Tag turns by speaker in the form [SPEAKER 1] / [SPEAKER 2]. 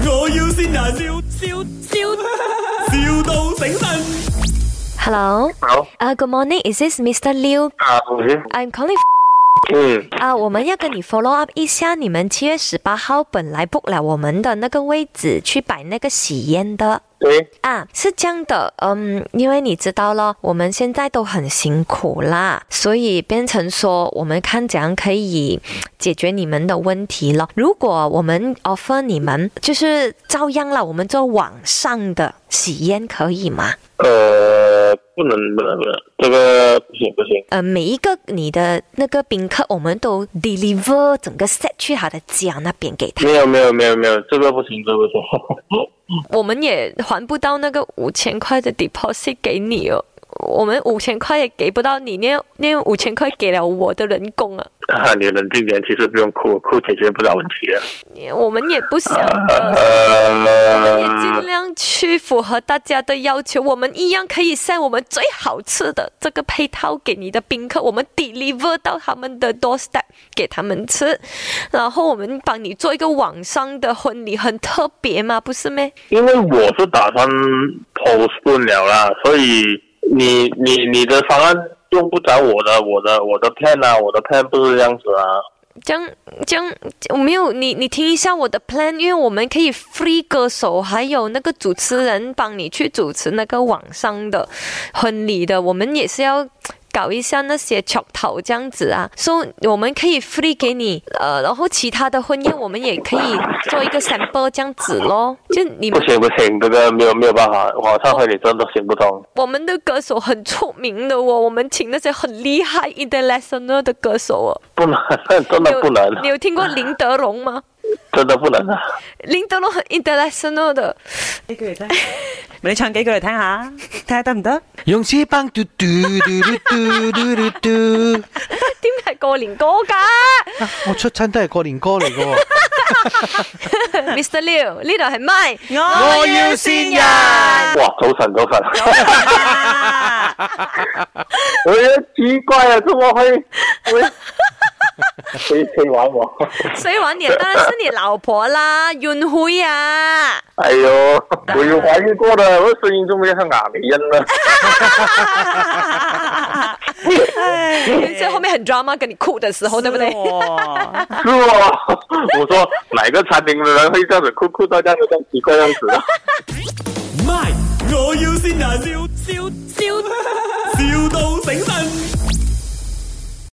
[SPEAKER 1] 先啊，笑笑笑，,笑到醒神。
[SPEAKER 2] Hello，
[SPEAKER 3] 好，
[SPEAKER 2] 呃、g o o d morning，is this Mr. Liu？I'm
[SPEAKER 3] 啊，我是，
[SPEAKER 2] calling。
[SPEAKER 3] 嗯，
[SPEAKER 2] 啊、我们要跟你 follow up 一下，你们七月十八号本来 book 了我们的那个位置去摆那个喜宴的。
[SPEAKER 3] 对，
[SPEAKER 2] 啊，是这样的，嗯，因为你知道了，我们现在都很辛苦啦，所以变成说，我们看怎样可以嗯解决你们的问题了。如果我们 offer 你们，就是照样了，我们做网上的喜宴可以吗？
[SPEAKER 3] 呃，不能，不能，不能，这个不行，不行，
[SPEAKER 2] 呃，每一个你的那个宾客，我们都 deliver 整个 set 去他的家那边给他，
[SPEAKER 3] 没有，没有，没有，没有，这个不行，这个不行，
[SPEAKER 2] 我们也还不到那个五千块的 deposit 给你哦。我们五千块也给不到你，那那五千块给了我的人工啊，
[SPEAKER 3] 啊，你冷静点，其实不用哭，哭解决不了问题的，
[SPEAKER 2] 我们也不想啊的，也尽
[SPEAKER 3] 呃，
[SPEAKER 2] 量去符合大家的要求，我们一样可以 send 我们最好吃的这个配套给你的宾客，我们 deliver 到他们的 doorstep 给他们吃，然后我们帮你做一个网上的婚礼，很特别嘛，不是咩？
[SPEAKER 3] 因为我是打算 postpone 了啦，所以你你你的方案用不着我的我的我的 plan 啊，我的 plan 不是这样子啊，
[SPEAKER 2] 这样这样，我没有你，你听一下我的 plan，因为我们可以 free 歌手还有那个主持人帮你去主持那个网上的婚礼的，我们也是要。搞一下那些噱头这样子啊，所、以我们可以 free 给你，呃，然后其他的婚宴我们也可以做一个 sample 这样子咯。就你
[SPEAKER 3] 不
[SPEAKER 2] 们
[SPEAKER 3] 行不行，这个没有没有办法，网上婚礼真的行不通。
[SPEAKER 2] 我们的歌手很出名的哦，我们请那些很厉害 international 的歌手哦。
[SPEAKER 3] 不能， 真
[SPEAKER 2] 你
[SPEAKER 3] 的
[SPEAKER 2] 有
[SPEAKER 3] 不啊能，
[SPEAKER 2] 你有听过林德荣吗？
[SPEAKER 3] 真的不能啊！
[SPEAKER 2] 林德荣很 international 的。
[SPEAKER 4] 几句嚟听，咪你唱几句嚟听下，睇下得唔得？
[SPEAKER 1] 用翅膀嘟嘟嘟嘟嘟嘟嘟嘟，
[SPEAKER 2] 点解係過年歌㗎
[SPEAKER 1] 我出親都係過年歌嚟嘅喎。
[SPEAKER 2] ？Mr. Liu 呢度係咪？
[SPEAKER 4] 我
[SPEAKER 1] 要先人
[SPEAKER 3] 哇，早晨早晨，
[SPEAKER 4] 啊
[SPEAKER 3] 我觉得哎奇怪啊，怎么会？会谁谁玩我？
[SPEAKER 2] 所以玩你當然是你老婆啦，潤輝啊！
[SPEAKER 3] 哎呦，我有怀孕过的，我声音怎么像哑铃人 呢？
[SPEAKER 2] 所以后面很 drama，跟你哭的时候，对不对？
[SPEAKER 4] 哇
[SPEAKER 3] 是哦，我说哪个餐厅的人会这样子酷酷到这样子这样奇怪样子啊的？
[SPEAKER 1] My，我要先人，笑笑笑，,笑到醒神。